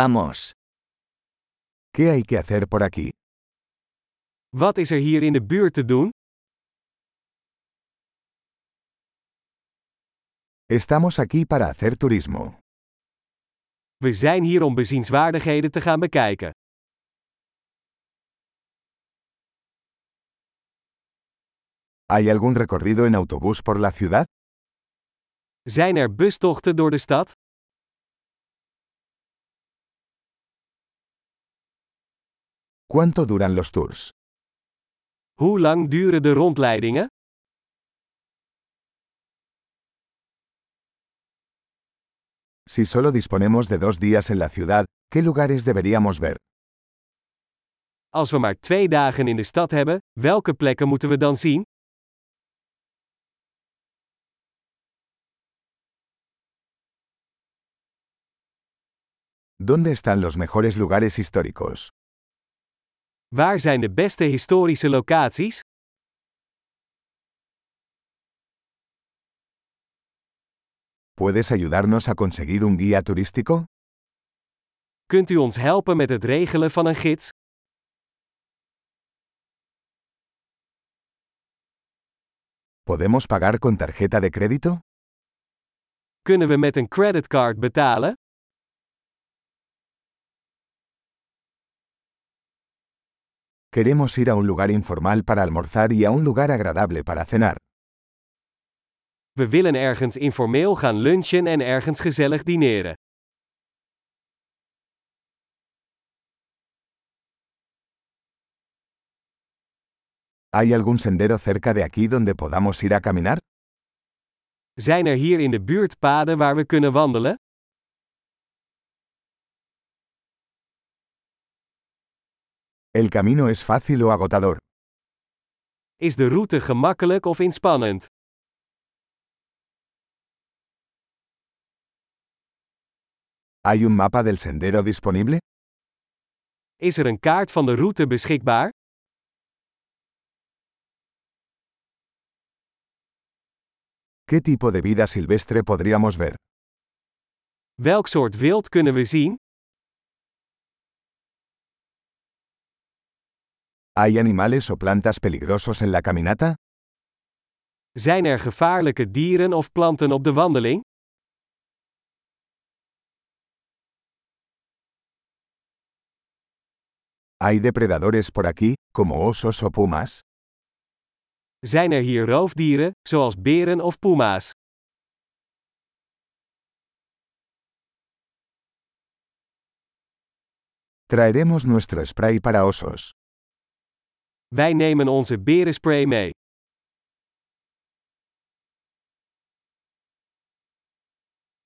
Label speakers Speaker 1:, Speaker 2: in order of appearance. Speaker 1: Vamos.
Speaker 2: ¿Qué hay que hacer por aquí?
Speaker 3: Wat is er hier in de buurt te doen?
Speaker 2: Estamos aquí para hacer turismo.
Speaker 3: We zijn hier om bezienswaardigheden te gaan bekijken.
Speaker 2: ¿Hay algún recorrido en autobús por la ciudad?
Speaker 3: Zijn er bustochten door de stad?
Speaker 2: ¿Cuánto duran los tours?
Speaker 3: Hoe lang duren de rondleidingen?
Speaker 2: Si solo disponemos de dos días en la ciudad, ¿qué lugares deberíamos ver?
Speaker 3: Als we maar twee dagen in de stad hebben, welke plekken moeten we dan zien?
Speaker 2: ¿Dónde están los mejores lugares históricos?
Speaker 3: Waar zijn de beste historische locaties?
Speaker 2: ¿Puedes ayudarnos a conseguir un guía turístico?
Speaker 3: Kunt u ons helpen met het regelen van een gids?
Speaker 2: ¿Podemos pagar con tarjeta de crédito?
Speaker 3: Kunnen we met een creditcard betalen?
Speaker 2: Queremos ir a un lugar informal para almorzar y a un lugar agradable para cenar.
Speaker 3: We willen ergens informeel gaan lunchen en ergens gezellig dineren.
Speaker 2: ¿Hay algún sendero cerca de aquí donde podamos ir a caminar?
Speaker 3: Zijn er hier in de buurt paden waar we kunnen wandelen?
Speaker 2: ¿El camino es fácil o agotador?
Speaker 3: Is de route gemakkelijk of inspannend?
Speaker 2: ¿Hay un mapa del sendero disponible?
Speaker 3: Is er een kaart van de route beschikbaar?
Speaker 2: ¿Qué tipo de vida silvestre podríamos ver?
Speaker 3: Welk soort wild kunnen we zien?
Speaker 2: ¿Hay animales o plantas peligrosos en la caminata?
Speaker 3: Zijn er gevaarlijke dieren of planten op de wandeling?
Speaker 2: ¿Hay depredadores por aquí, como osos o pumas?
Speaker 3: Zijn er hier roofdieren, zoals beren of puma's?
Speaker 2: Traeremos nuestro spray para osos.
Speaker 3: Wij nemen onze berenspray mee.